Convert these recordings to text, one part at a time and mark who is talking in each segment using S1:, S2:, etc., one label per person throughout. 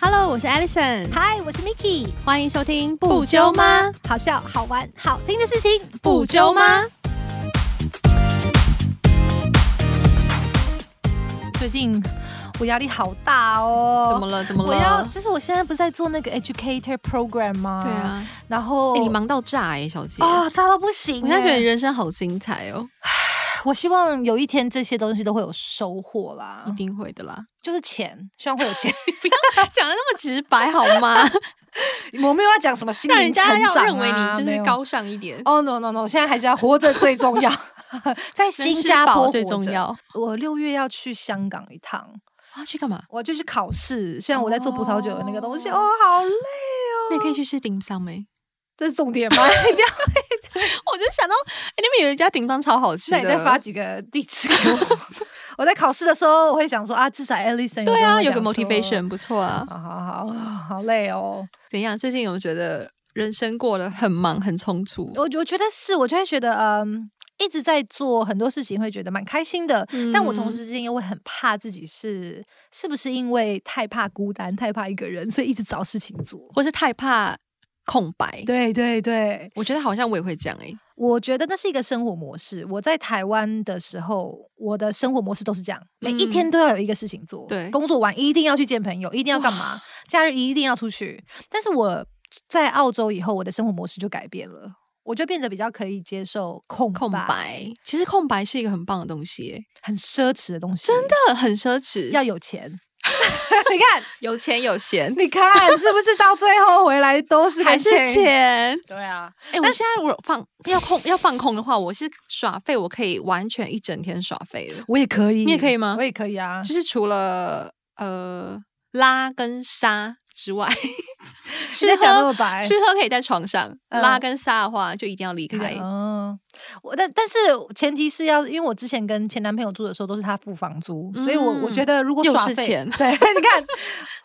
S1: Hello，我是 Alison，
S2: 嗨，我是 Miki，
S1: 欢迎收听？？
S2: 好笑、好玩、好听的事情，？？最近我压力好大哦，
S1: 怎么了？怎么了？啊
S2: 我要就是我现在不是在做那个 educator program 吗？
S1: 对，啊，
S2: 然后、
S1: 哎你忙到炸哎，小姐！
S2: 啊，差到不行、
S1: 我现在觉得你
S2: 哎
S1: 人生好精彩哦，
S2: 我希望有一天这些东西都会有收获啦
S1: 一，定会的啦！
S2: 就是钱，希望会有钱。
S1: 讲的那么直白好 吗？
S2: 我没有要讲什么心
S1: 让
S2: 灵
S1: 人
S2: 成
S1: 家要
S2: 长、啊、
S1: 认为你就
S2: 没
S1: 是
S2: 有
S1: 高尚一点，
S2: 哦、no no no！现在还是要活着最 重要，在新加
S1: 能吃
S2: 坡
S1: 饱最
S2: 活
S1: 重
S2: 着。
S1: 要。
S2: 我六月要去香港一趟，
S1: 啊，去干嘛？
S2: 我要就去考试。虽然我在做葡萄酒的那个东西，
S1: 哦
S2: 哦，好累，
S1: 那你可以去吃顶桑没？
S2: 这是重点吗？你不要，
S1: 我就想到，哎，那边有一家顶桑超好吃
S2: 那
S1: 的，
S2: 你再发几个地址给我。 我在考试的时候，我会想说啊，至少 Alison
S1: 对啊，
S2: 跟我
S1: 有个
S2: 讲说
S1: motivation 不错啊。
S2: 好好好，好累哦。
S1: 怎样？最近有没有觉得人生过得很忙很冲突？
S2: 我我觉得是，我就会觉得嗯。一直在做很多事情，会觉得蛮开心的，但我同
S1: 嗯
S2: 时之间又会很怕自己是是不是因为太怕孤单、太怕一个人，所以一直找事情做。
S1: 或是太怕空白？
S2: 对对对，
S1: 我觉得好像我也会这样哎、
S2: 我觉得那是一个生活模式。我在台湾的时候，我的生活模式都是这样，每一天都要有一个事情做。
S1: 嗯对
S2: 工作完一定要去见朋友，一定要干嘛，假日一定要出去。但是我在澳洲以后，我的生活模式就改变了，我就变得比较可以接受空
S1: 空白其实空白是一个很棒的东西、欸，
S2: 很奢侈的东西，
S1: 真的很奢侈，
S2: 要有钱。 你看，
S1: 有钱有 闲，
S2: 你看，是不是到最后回来都是个
S1: 还是钱。
S2: 对啊，
S1: 哎、我现在如果放要空要放空的话，我是耍废，我可以完全一整天耍废的，
S2: 我也可以，
S1: 你也可以吗
S2: 我也可以啊
S1: 就。是除了呃拉跟沙之外，吃
S2: 别讲那
S1: 喝
S2: 么白，
S1: 吃喝可以在床上，
S2: 嗯
S1: 拉跟沙的话就一定要离开。
S2: 嗯，我但但是前提是要，因为我之前跟前男朋友住的时候都是他付房租，所以我我觉得如果
S1: 嗯又
S2: 耍
S1: 是
S2: 费，
S1: 钱
S2: 对， 你看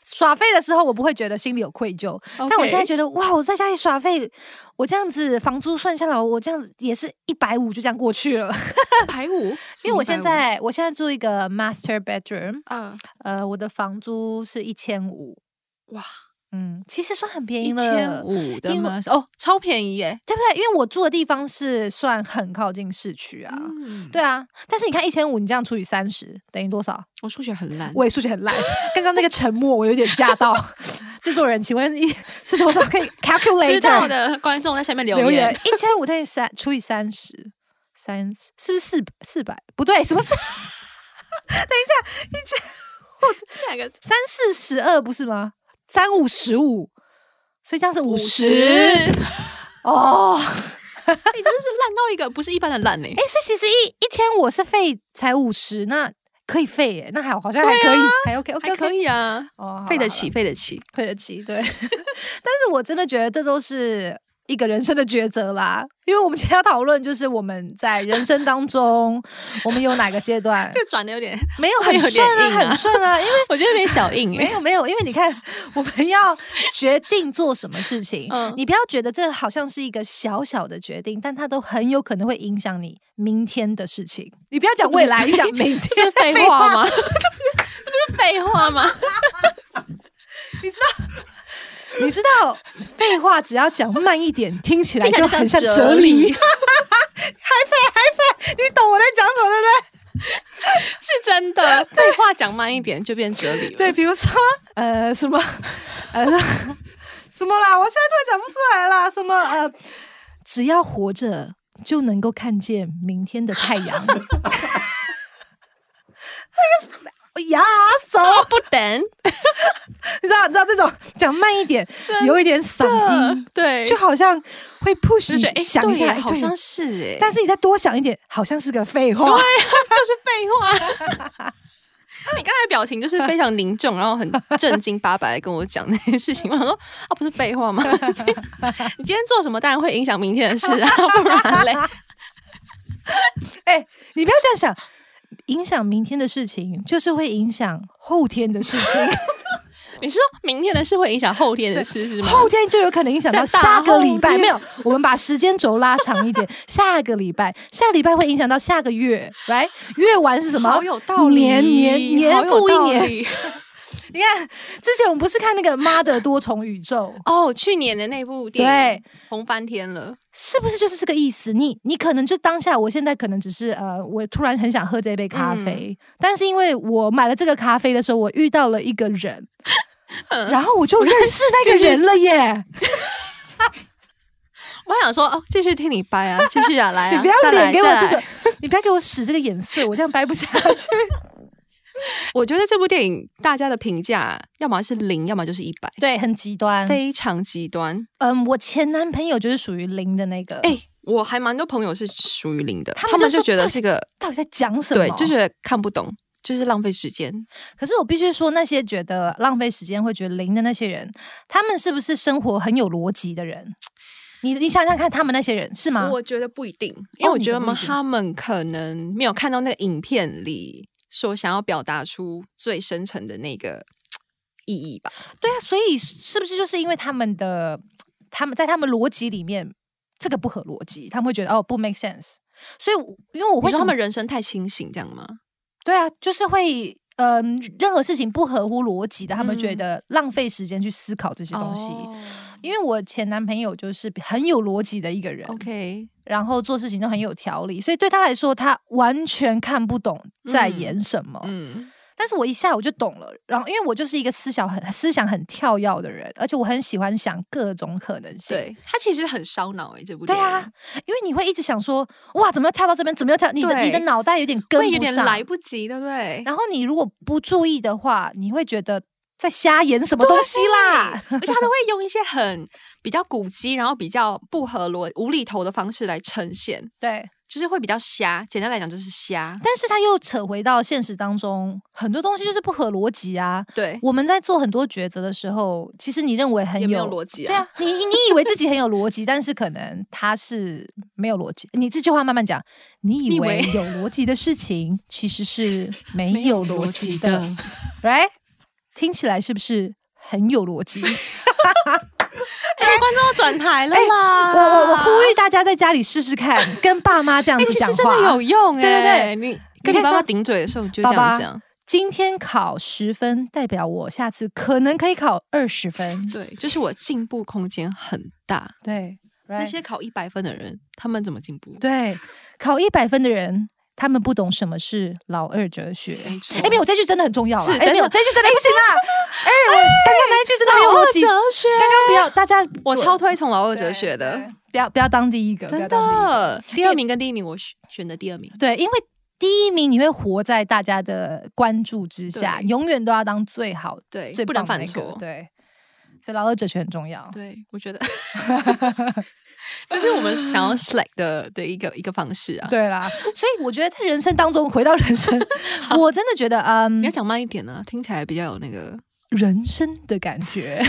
S2: 耍费的时候我不会觉得心里有愧疚，但我现在觉得哇，我在家里耍费，我这样子房租算下来，我这样子也是一百五就这样过去了，
S1: 得 排舞，
S2: 因为我现在我现在住一个 master bedroom，
S1: 嗯
S2: 呃，我的房租是一千五，
S1: 哇，
S2: 嗯，其实算很便宜
S1: 一
S2: 了，
S1: 千五的
S2: 因为
S1: 吗？哦，超便宜耶！
S2: 对不对？因为我住的地方是算很靠近市区啊。
S1: 嗯，
S2: 对啊，但是你看一千五，你这样除以三十等于多少？
S1: 我数学很烂，
S2: 我也数学很烂，刚刚那个沉默我有点吓到。 制作人，请问一是多少？可 以 calculate
S1: 知道 的观众在下面
S2: 留
S1: 留
S2: 言
S1: 言。
S2: 一千五乘以三除以三十，三是不是四四百？不对，什么四？
S1: 这两个
S2: 三四十二不是吗？三五十五，所以这样是五
S1: 五十，
S2: 十
S1: 你真的
S2: 哦。
S1: 是烂到一个不是一般的烂哎！
S2: 哎、所以其实一一天我是费才五十，那可以费耶，那还好像还可以，啊还 OK OK
S1: 还可以啊，
S2: 哦，
S1: 费得
S2: 起。
S1: 起，费得起。
S2: 亏得起，对。但 是我真的觉得这都是一个人生的抉择啦，因为我们今天要讨论就是我们在人生当中，我们有哪个阶段
S1: 这转的有点，
S2: 没有
S1: 会
S2: 很
S1: 有
S2: 顺
S1: 点硬
S2: 啊，
S1: 啊
S2: 很顺啊，因为
S1: 我觉得有点小硬
S2: 没
S1: 哎。
S2: 有没有，因为你看我们要决定做什么事情，
S1: 嗯
S2: 你不要觉得这好像是一个小小的决定，但它都很有可能会影响你明天的事情。你不要讲未来，你讲明天。
S1: 这是废话 吗？这不是废话 吗？
S2: 你知道，废话只要讲慢一点，听起来
S1: 听起来
S2: 就
S1: 就
S2: 很像
S1: 像
S2: 哲
S1: 哲
S2: 理。
S1: 理
S2: 还废还废，你懂我在讲什么对不对？
S1: 是真的，废话讲慢一点就变哲理了。
S2: 对，，比如说呃什么呃 什么啦，我现在突然讲不出来啦，什么呃，只要活着就能够看见明天的太阳。 那个呀，手，
S1: 哦，不等，
S2: 你知道，你知道这种讲慢一点，有一点嗓音，
S1: 对，
S2: 就好像会 push
S1: 就
S2: 你
S1: 觉得哎，
S2: 想
S1: 对
S2: 一下，
S1: 耶
S2: 哎
S1: 好
S2: 对
S1: 像是哎，
S2: 但是你再多想一点，好像是个废话。
S1: 就是废话。 你刚才表情就是非常凝重，然后很正经八百地跟我讲那些事情。我想说啊，不是废话吗？ 你今天做什么，当然会影响明天的事啊，不然嘞。
S2: 哎、你不要这样想，影响明天的事情，就是会影响后天的 事情，
S1: 你是说明天的事会影响后天的事是吗？
S2: 后天就有可能影响到
S1: 在大
S2: 下个礼拜。
S1: 后天
S2: 没有，我们把时间轴拉 长一点，下个礼拜，下礼拜会影响到下个月，right？月完是什么？
S1: 好有道理，
S2: 年年年
S1: 好有
S2: 复一
S1: 道
S2: 年
S1: 理，
S2: 你看，之前我们不是看那个《妈的多重宇宙》
S1: 哦，去年的那部 电影
S2: 对，
S1: 红翻天了，
S2: 是不是就是这个意思？你你可能就当下，我现在可能只是呃，我突然很想喝这杯咖啡，
S1: 嗯
S2: 但是因为我买了这个咖啡的时候，我遇到了一 个人，然后我就认识那个人了耶！
S1: 我想说哦，继续听你掰 啊，继续啊，来啊，
S2: 你不要
S1: 再来
S2: 脸给我
S1: 再
S2: 这
S1: 来
S2: 种， 你不要给我使这个眼色，我这样掰不下 去。
S1: 我觉得这部电影大家的评价，要么是零，要么就是一百，
S2: 对，很极端。
S1: 非常极端。
S2: 嗯，我前男朋友就是属于零的那个。
S1: 哎、我还蛮多朋友是属于零的，
S2: 他
S1: 他
S2: 们就
S1: 们就
S2: 说
S1: 觉
S2: 到
S1: 得
S2: 底
S1: 这个
S2: 到底在讲什么？
S1: 对，就觉得看不懂，就是浪费时间。
S2: 可是我必须说，那些觉得浪费时间、会觉得零的那些人，他们是不是生活很有逻辑的人？你你想想看，他们那些人是吗？
S1: 我觉得不一定，因为我
S2: 你
S1: 觉得
S2: 不
S1: 嘛
S2: 一定
S1: 他们可能没有看到那个影片里所想要表达出最深层的那个意义吧。
S2: 对啊，所以是不是就是因为他们的他们在他们逻辑里面，这个不合逻辑，他们会觉得哦不 make sense。所以我，因为我
S1: 你说
S2: 会
S1: 他
S2: 想
S1: 们人生太清醒，这样吗？
S2: 对啊，就是会嗯、任何事情不合乎逻辑的，他们觉
S1: 嗯哦
S2: 得浪费时间去思考这些东西。因为我前男朋友就是很有逻辑的一个人
S1: o k
S2: 然后做事情都很有条理，所以对他来说，他完全看不懂在演什么。
S1: 嗯，
S2: 但是我一下我就懂了，然后因为我就是一个思想很思想很跳跃的人，而且我很喜欢想各种可能性。
S1: 对，他其实很烧脑欸诶，这部
S2: 对
S1: 电影
S2: 啊，因为你会一直想说，哇，怎么又跳到这边？怎么又跳？你的
S1: 对
S2: 你的脑袋有点跟
S1: 会有
S2: 不
S1: 点
S2: 上，
S1: 来不及，对不对？
S2: 然后你如果不注意的话，你会觉得在瞎演什么东西啦。
S1: 而且他都会用一些很比较古迹，然后比较不合逻、无厘头的方式来呈现，
S2: 对，
S1: 就是会比较瞎。简单来讲就是瞎。
S2: 但是他又扯回到现实当中，很多东西就是不合逻辑啊。
S1: 对，
S2: 我们在做很多抉择的时候，其实你认为很
S1: 也没有逻辑
S2: 对
S1: 啊。
S2: 啊，你你以为自己很有逻辑，但是可能他是没有逻辑。你这句话慢慢讲，你以
S1: 以
S2: 为
S1: 为
S2: 有逻辑的事情，其实是没有逻辑的，right？听起来是不是很有逻辑？
S1: 哎、观众要转台了啦！
S2: 哎我我我呼吁大家在家里试试看，跟爸妈这样
S1: 哎、
S2: 子
S1: 其
S2: 讲
S1: 实
S2: 话。
S1: 真的有用、哎，
S2: 对对对
S1: 你
S2: 你
S1: 跟
S2: 看
S1: 你爸妈
S2: 像
S1: 顶嘴的时候，你就
S2: 爸
S1: 这样
S2: 爸
S1: 讲。
S2: 今天考十分，代表我下次可能可以考二十分。
S1: 对，就是我进步空间很大。
S2: 对
S1: 那
S2: ，right？
S1: 些考一百分的人，他们怎么进步？
S2: 对，考一百分的人，他们不懂什么是老二哲学。
S1: 没错
S2: 哎，没有，这句真的很重要啊！
S1: 是
S2: 哎，没有，
S1: 真的
S2: 这句真的不行啦！哎，我刚刚那一句真的很有逻辑，
S1: 老
S2: 刚
S1: 二哲学，
S2: 刚不要大家，
S1: 啊我超推崇老二
S2: 对
S1: 哲学，的
S2: 对，不要不要当第一个，不
S1: 真
S2: 要当第一个。
S1: 的。第二名跟第一名，我选选的第二名。
S2: 对，因为第一名你会活在大家的关注之下，
S1: 对
S2: 永远都要当最好、
S1: 对，
S2: 最
S1: 不能
S2: 棒的
S1: 犯
S2: 那个
S1: 错。
S2: 对，所以老二哲学很重要。
S1: 对，我觉得 这是我们想要 slack 的的一个一个方式啊。
S2: 对啦，所以我觉得在人生当中，回到人 生，我真的觉得，嗯
S1: 你要，讲慢一点啊，听起来比较有那个。
S2: 人生的感 觉。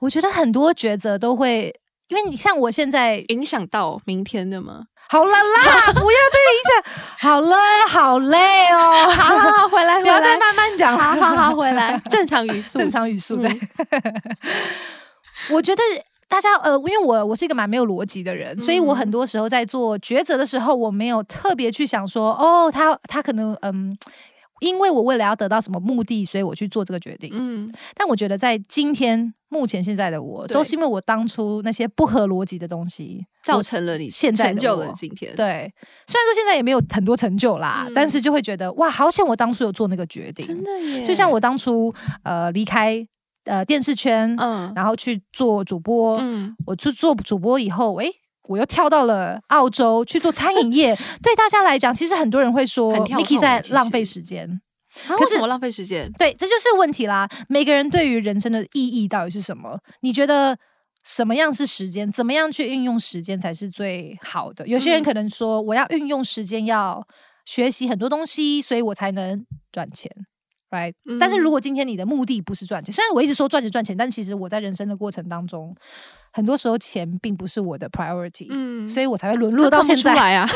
S2: 我觉得很多抉择都会，因为你像我现在，
S1: 影响到明天的吗？
S2: 好 了啦，不要再影响，好了，好累哦，
S1: 好好好， 哎回来
S2: 不要 再慢慢讲了，
S1: 好好回 来，正常语速，
S2: 正常语速
S1: 嗯
S2: 对。我觉得。大家呃，因为我我是一个蛮没有逻辑的人，所以我
S1: 嗯
S2: 很多时候在做抉择的时候，我没有特别去想说，哦，他他可能嗯，因为我为了要得到什么目的，所以我去做这个决定。
S1: 嗯，
S2: 但我觉得在今天目前现在的我，
S1: 对
S2: 都是因为我当初那些不合逻辑的东西
S1: 造
S2: 我
S1: 成了你
S2: 现在的
S1: 成就
S2: 我
S1: 了今天。
S2: 对，虽然说现在也没有很多成就啦，
S1: 嗯
S2: 但是就会觉得哇，好险我当初有做那个决
S1: 真
S2: 定。
S1: 的耶，
S2: 就像我当初呃离开呃电视圈，
S1: 嗯
S2: 然后去做主播，
S1: 嗯，
S2: 我去做主播以后，诶。我又跳到了澳洲去做餐饮 业，对大家来讲，其实很多人会说
S1: 很跳痛
S2: Miki 在
S1: 其实
S2: 浪费时间，
S1: 啊
S2: 可
S1: 为
S2: 是
S1: 什么浪费时间？
S2: 对，这就是问题啦。每个人对于人生的意义到底是什么？你觉得什么样是时间？怎么样去运用时间才是最好的？有些人
S1: 嗯
S2: 可能说，我要运用时间，要学习很多东西，所以我才能赚钱。Right，、但是
S1: 嗯
S2: 如果今天你的目的不是赚钱，虽然我一直说赚钱赚钱，但其实我在人生的过程当中，很多时候钱并不是我的 priority，、
S1: 嗯
S2: 所以我才会沦落到
S1: 看不
S2: 现
S1: 出
S2: 在。
S1: 来啊，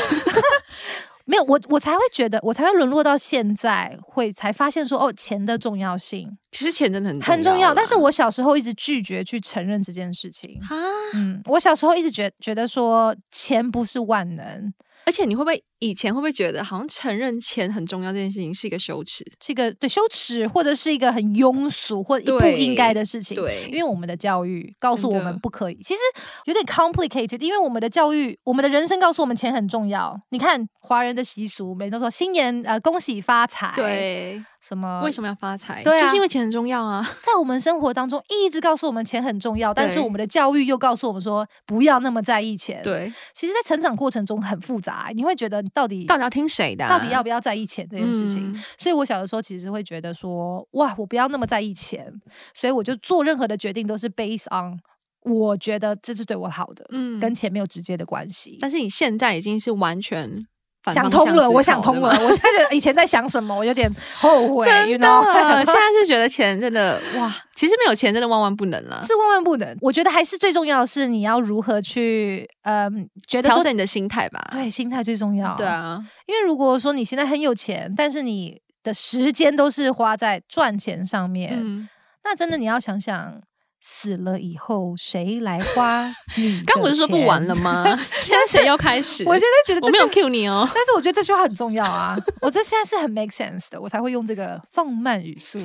S2: 没有我，我才会觉得，我才会沦落到现在，会才发现说，哦，钱的重要性。
S1: 其实钱真 的很
S2: 很重要，
S1: 啦
S2: 但是我小时候一直拒绝去承认这件事情。
S1: 啊，
S2: 嗯，我小时候一直觉觉得说钱不是万能，
S1: 而且你会不会以前会不会觉得好像承认钱很重要这件事情是一个羞耻？
S2: 这个的羞耻，或者是一个很庸俗或不
S1: 对
S2: 应该的事情。
S1: 对
S2: 因为我们的教育告诉
S1: 真
S2: 我
S1: 的
S2: 们不可以，其实有点 complicated，因为我们的教育，我们的人生告诉我们钱很重要。你看华人的习俗，每天都说新年呃恭喜发财，，
S1: 对，
S2: 什么
S1: 为什么要发财？
S2: 对啊
S1: 就是因为钱很重要啊。
S2: 在我们生活当中一直告诉我们钱很重要，但是
S1: 对
S2: 我们的教育又告诉我们说不要那么在意钱。，
S1: 对，
S2: 其实，在成长过程中很复杂，你会觉得你到底
S1: 到底要听谁的啊、
S2: 到底要不要在意钱这件事情。
S1: 嗯
S2: 所以我小的时候其实会觉得说，哇，我不要那么在意钱，所以我就做任何的决定都是 based on 我觉得这是对我好的，
S1: 嗯
S2: 跟钱没有直接的关系。
S1: 但是你现在已经是完全反
S2: 想
S1: 方
S2: 通
S1: 向
S2: 了，
S1: 思
S2: 我
S1: 考
S2: 想通
S1: 对
S2: 了
S1: 吗。
S2: 我现在觉得以前在想什么，我有点后悔，you
S1: 真的
S2: know，，
S1: 现在是觉得钱真的哇，其实没有钱真的万万不能啊啦。
S2: 是万万不能。我觉得还是最重要的是你要如何去，嗯，觉得
S1: 调
S2: 说
S1: 整你的心态吧。
S2: 对心态最重要。
S1: 对，啊，
S2: 因为如果说你现在很有钱，但是你的时间都是花在赚钱上面，
S1: 嗯，
S2: 那真的你要想想，死了以后谁来 花你？
S1: 刚不是说不玩了？吗？ 现在谁要开始？
S2: 我现在觉得
S1: 我没
S2: 这
S1: 有
S2: 句，
S1: cue 你哦。
S2: 但是我觉得这句话很重要啊！我这现在是很 make sense 的，我才会用这个放慢语速，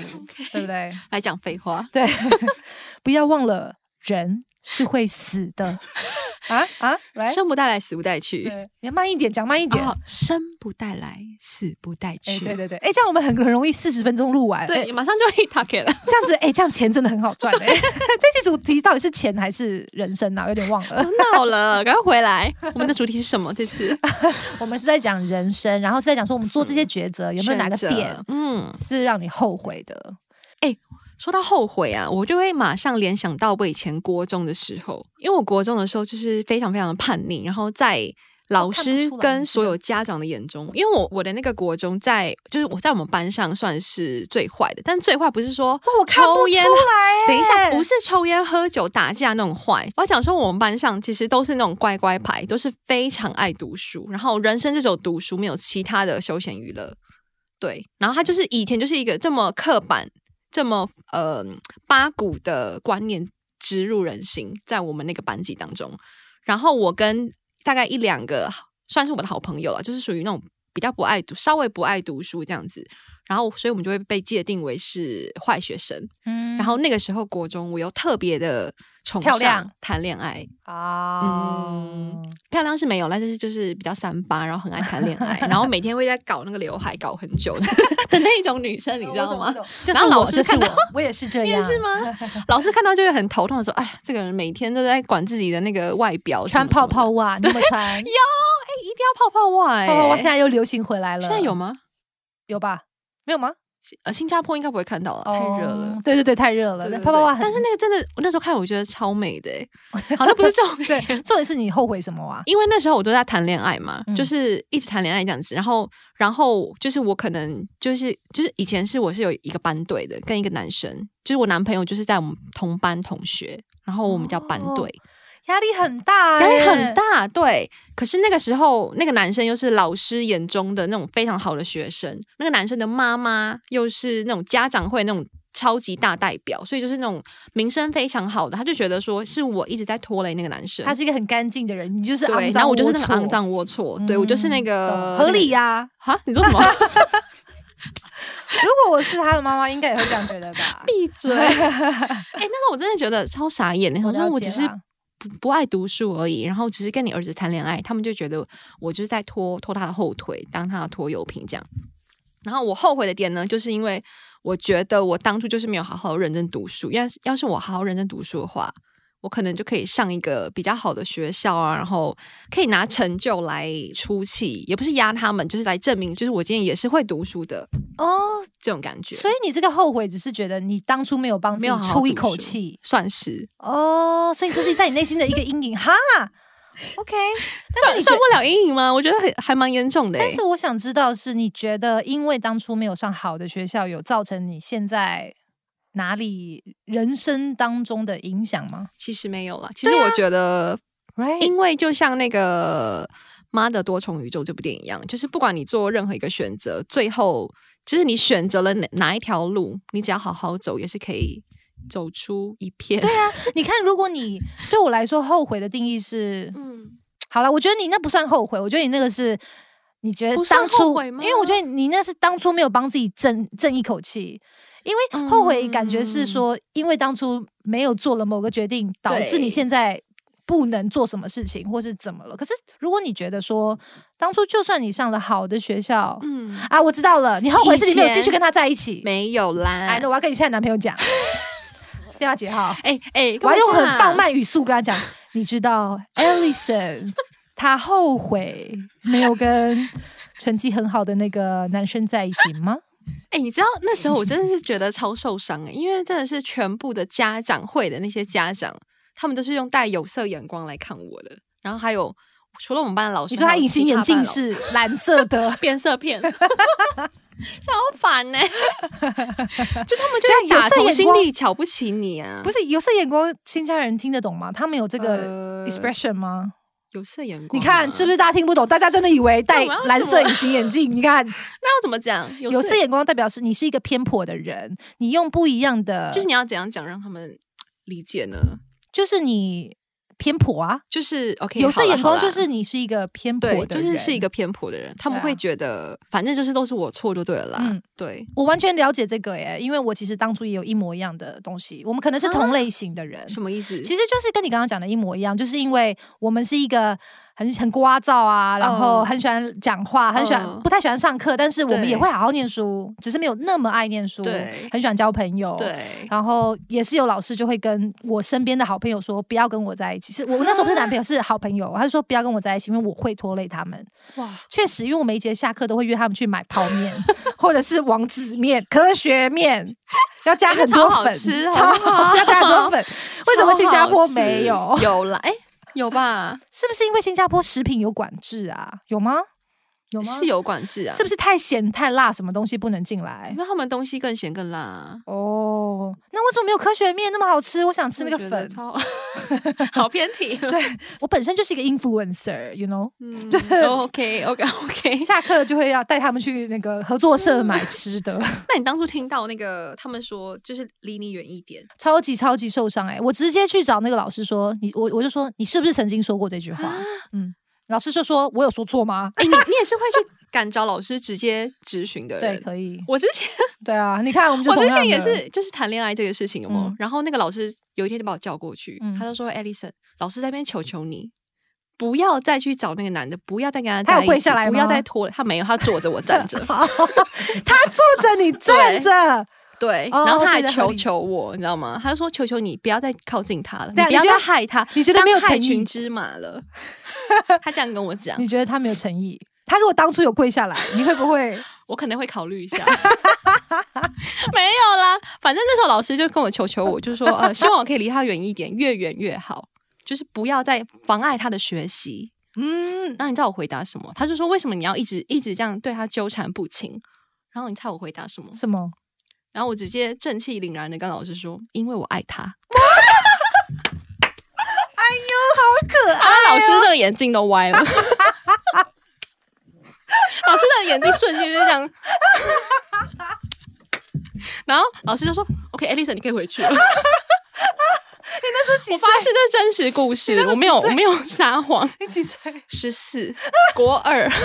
S2: 对不对？
S1: 来讲废话，
S2: 对，不要忘了人是会死的 啊啊！来，
S1: 生不带来，死不带去。
S2: 对你要慢一点，讲慢一点。
S1: 哦，生不带来，死不带
S2: 哎，
S1: 去。
S2: 对对对，哎，这样我们很很容易四十分钟录完。
S1: 对
S2: 哎，
S1: 马上就一 t a k 了。
S2: 这样子，哎，这样钱真的很好赚 哎。这期主题到底是钱还是人生啊？有点忘了。
S1: 闹了，赶快回来。我们的主题是什么？这次
S2: 我们是在讲人生，然后是在讲说我们做这些抉嗯择、 哦有没有哪个
S1: 选择
S2: 点
S1: 嗯，
S2: 是让你后悔的？
S1: 说到后悔啊，我就会马上联想到我以前国中的时候，因为我国中的时候就是非常非常的叛逆，然后在。老师跟所有家长的眼中，因为我我的那个国中在就是我在我们班上算是最坏的，但最坏不是说
S2: 哇，我看不
S1: 抽
S2: 出
S1: 烟
S2: 来。哎
S1: 等一下，不，是抽烟、喝酒、打架那种坏。我要讲说，我们班上其实都是那种乖乖牌，都是非常爱读书，然后人生就只有读书，没有其他的休闲娱乐。对，然后他就是以前就是一个这么刻板、这么呃八股的观念植入人心，在我们那个班级当中。然后我跟大概一两个算是我的好朋友了，就是属于那种比较不爱读、稍微不爱读书这样子。然后，所以我们就会被界定为是坏学生。
S2: 嗯
S1: 然后那个时候国中，我又特别的崇
S2: 漂亮
S1: 尚谈恋爱，
S2: 啊，
S1: 嗯漂亮是没有，但是就是比较三八，然后很爱谈恋爱，然后每天会在搞那个刘海搞很久的的那一种女生，嗯你知道 吗？？
S2: 就
S1: 然
S2: 是
S1: 后
S2: 我，
S1: 老
S2: 就
S1: 师
S2: 是
S1: 看
S2: 我
S1: 到，
S2: 我也是这
S1: 你
S2: 样
S1: 也。是吗？老师看到就会很头痛的说：“哎，这个人每天都在管自己的那个外表，
S2: 穿泡泡
S1: 袜，
S2: 袜，你有没有穿？
S1: 哎，一定要泡泡袜、哎，
S2: 泡泡袜现在又流行回来了。
S1: 现在有吗？
S2: 有吧？没有吗？
S1: 呃，新加坡应该不会看到了，太热了
S2: 哦。。对对对，太热了
S1: 对。对对
S2: 泡泡袜很，
S1: 但是那个真的，我那时候看我觉得超美的、哎好，那不是重点，
S2: 对，重点是你后悔什么啊？
S1: 因为那时候我都在谈恋爱嘛，
S2: 嗯
S1: 就是一直谈恋爱这样子，然后然后就是我可能就是就是以前是我是有一个班队的，跟一个男生，就是我男朋友就是在我们同班同学，然后我们叫班队，
S2: 压力很大，
S1: 压力
S2: 哎
S1: 很。大，对。可是那个时候那个男生又是老师眼中的那种非常好的学生，那个男生的妈妈又是那种家长会那种。超级大代表，所以就是那种名声非常好的，他就觉得说是我一直在拖累那个男生，
S2: 他是一个很干净的人，你就是
S1: 对，
S2: 肮
S1: 然
S2: 脏
S1: 后
S2: 龌龊，嗯
S1: 我就是那个肮脏龌龊，对我就是那个
S2: 懂合理呀、
S1: 哈，你说什么？？
S2: 如果我是他的妈妈，应该也会这样觉得吧
S1: 闭 嘴！哎、那时候我真的觉得超傻眼的，
S2: 我
S1: 好像
S2: 了
S1: 我
S2: 解
S1: 只是
S2: 啦
S1: 不不爱读书而已，然后只是跟你儿子谈恋爱，他们就觉得我就是在拖拖他的后腿，当他的拖油瓶这样。然后我后悔的点呢，就是因为我觉得我当初就是没有好好认真读书，要是要是我好好认真读书的话，我可能就可以上一个比较好的学校啊，然后可以拿成就来出气，也不是压他们，就是来证明，就是我今天也是会读书的
S2: 哦，
S1: 这种感觉，
S2: 所以你这个后悔只是觉得你当初没有帮自
S1: 没
S2: 己
S1: 有好好
S2: 出一
S1: 读
S2: 口
S1: 书
S2: 气
S1: 算是
S2: 哦，所以这是在你内心的一个阴影哈。OK，但
S1: 算
S2: 是你觉
S1: 算不了阴影吗？我觉得很还蛮严重的、欸。
S2: 但是我想知道是你觉得因为当初没有上好的学校，有造成你现在哪里人生当中的影响吗
S1: 其实没有了。其实
S2: 啊
S1: 我觉得，
S2: ？Right，
S1: 因为就像那个《妈的多重宇宙》这部电影一样，就是不管你做任何一个选择，最后就是你选择了哪哪一条路，你只要好好走，也是可以走出一片。对啊，
S2: 你看，如果你对我来说后悔的定义是
S1: 嗯，
S2: 好了，我觉得你那不算后悔，我觉得你那个是你觉
S1: 不
S2: 得
S1: 算
S2: 当
S1: 后
S2: 初，
S1: 悔
S2: 因
S1: 吗
S2: 为我觉得你那是当初没有帮自己争争一口气，因为后悔感觉
S1: 嗯
S2: 是说，因为当初没有做了某个决定，导致
S1: 对
S2: 你现在不能做什么事情，或是怎么了。可是如果你觉得说，当初就算你上了好的学校，
S1: 嗯，
S2: 啊，我知道了，你后悔是你没有继
S1: 以
S2: 续
S1: 前
S2: 跟他在一起。
S1: 没有
S2: 哎，
S1: 啦
S2: 那。我要跟你现在男朋 友讲，电话几号？
S1: 哎哎，
S2: 我要用很放
S1: 慢。
S2: 慢语速跟他讲，你知道 Alison，她 后悔没有跟成绩很好的那个男生在一起吗？
S1: 哎、你知道那时候我真的是觉得超受伤哎、因为真的是全部的家长会的那些家长，他们都是用带有色眼光来看我的。然后还有除了 我们班的老师，
S2: 你说他
S1: 还有
S2: 隐形
S1: 其
S2: 眼
S1: 他班
S2: 镜
S1: 的老，
S2: 是 蓝色的
S1: 变色片， 超烦呢、就是他们就
S2: 对啊
S1: 会打
S2: 有色眼
S1: 从心
S2: 光
S1: 底瞧不起你啊，
S2: 不
S1: 是
S2: 是有色眼光，新家人听得懂吗？他们有这个
S1: 呃
S2: expression 吗？
S1: 有色眼光、啊
S2: 你看是不
S1: 是？
S2: 是大家听不懂？大家真的以为戴
S1: 那啊我要
S2: 蓝
S1: 怎
S2: 色
S1: 么
S2: 隐形眼镜？你看
S1: 那要怎么讲？有
S2: 有色眼光代表是你是一个偏颇的人，你用不一样的，
S1: 就是你要怎样讲让他们理解呢？
S2: 就是你偏颇啊。
S1: 就是 OK，
S2: 有色
S1: 好啦
S2: 眼光
S1: 好啦
S2: 就是你是一个偏颇
S1: 对，
S2: 的
S1: 就是
S2: 人，
S1: 是一个偏颇的人，他们
S2: 对啊
S1: 会觉得、反正就是都是我错就对了啦。
S2: 嗯
S1: 对，
S2: 我完全了解这个耶，因为我其实当初也有一模一样的东西，我们可能是同类型的人，
S1: 什么意思？
S2: 其实就是跟你刚刚讲的一模一样，就是因为我们是一个很很聒噪啊，然后
S1: 嗯
S2: 很喜欢讲话，很喜欢、
S1: 嗯
S2: 不太喜欢上课，但是我们
S1: 对
S2: 也会好好念书，只是没有那么爱念书
S1: 对，
S2: 很喜欢交朋友，。
S1: 对，
S2: 然后也是有老师就会跟我身边的好朋友说，不要跟我在一起。是我我那时候不是男
S1: 啊
S2: 朋友，是好朋友，他就说不要跟我在一起，因为我会拖累他们。
S1: 哇，
S2: 确实，因为我每一节下课都会约他们去买泡面，或者是王子面、科学面，要加很多粉，
S1: 哎那
S2: 超
S1: 超好吃
S2: 好吃，要加很多粉。为什么新加坡没
S1: 超 好？
S2: 有
S1: 吃？有啦，哎、有吧？
S2: 是不是因为新加坡食品有管制啊？有吗？有吗？
S1: 是、有管制啊，
S2: 是不是太咸太辣，什么东西不能进来
S1: 因？为他们东西更咸更辣、啊。
S2: 哦，那为什么没有科学面那么好吃？我想吃那个
S1: 我觉得
S2: 粉。
S1: 超 好偏题。对，
S2: 我本身就是一个 influencer，you know，
S1: 嗯，OK OK OK。
S2: 下课就会要带他们去那个合作社买吃的。
S1: 那你当初听到那个他们说，就是离你远一 点
S2: 超级超级受伤哎、我直接去找那个老师说，你我我就说你是不是曾经说过这句话？嗯，老师就说我有说错吗？
S1: 哎、你你也是会去敢找老师直接咨询的
S2: 对，
S1: 人。
S2: 可以，
S1: 我之前
S2: 对啊，你看我们就
S1: 我
S2: 同
S1: 之
S2: 样
S1: 前也
S2: 的
S1: 是，就是谈恋爱这个事情有没有？
S2: 嗯
S1: 然后那个老师有一天就把我叫过去，
S2: 嗯
S1: 他就说：“艾丽森，老师在那边求求你，不要再去找那个男的，不要再跟他
S2: 他
S1: 在
S2: 有
S1: 一
S2: 跪
S1: 起
S2: 下来
S1: 不要
S2: 吗，
S1: 再拖了。”他没有，他坐着我站着
S2: 他坐着 你站着，
S1: 对，
S2: 哦
S1: 然后他
S2: 这
S1: 还
S2: 个合
S1: 求
S2: 理
S1: 求我，你知道吗？他就说：“求求你，不要再靠近他了，你
S2: 对啊
S1: 不
S2: 你
S1: 要
S2: 觉
S1: 再
S2: 得
S1: 害他，
S2: 你觉得
S1: 当
S2: 没有
S1: 害
S2: 诚
S1: 群
S2: 意
S1: 之马 了。”他这样跟我讲，
S2: 你觉得他没有诚意？他如果当初有跪下来，你会不会？
S1: 我可能会考虑一下。 没有啦，反正那时候老师就跟我求求我，就说呃，希望我可以离他远一点，越远越好，就是不要再妨碍他的学习。
S2: 嗯，
S1: 然后你知道我回答什么？他就说为什么你要一直一直这样对他纠缠不清？然后你猜我回答什么？
S2: 什么？
S1: 然后我直接正气凛然的跟老师说，因为我爱他。
S2: 哎可爱，
S1: 啊，老师的眼镜都 歪了。老师的眼睛瞬间就这样，然后老师就说：“OK，Alison，、你可以 回去了。”
S2: 这几
S1: 我发现这是真实故事，我没有我没有撒谎。
S2: 你 几岁？
S1: 十 四，国二，
S2: 老师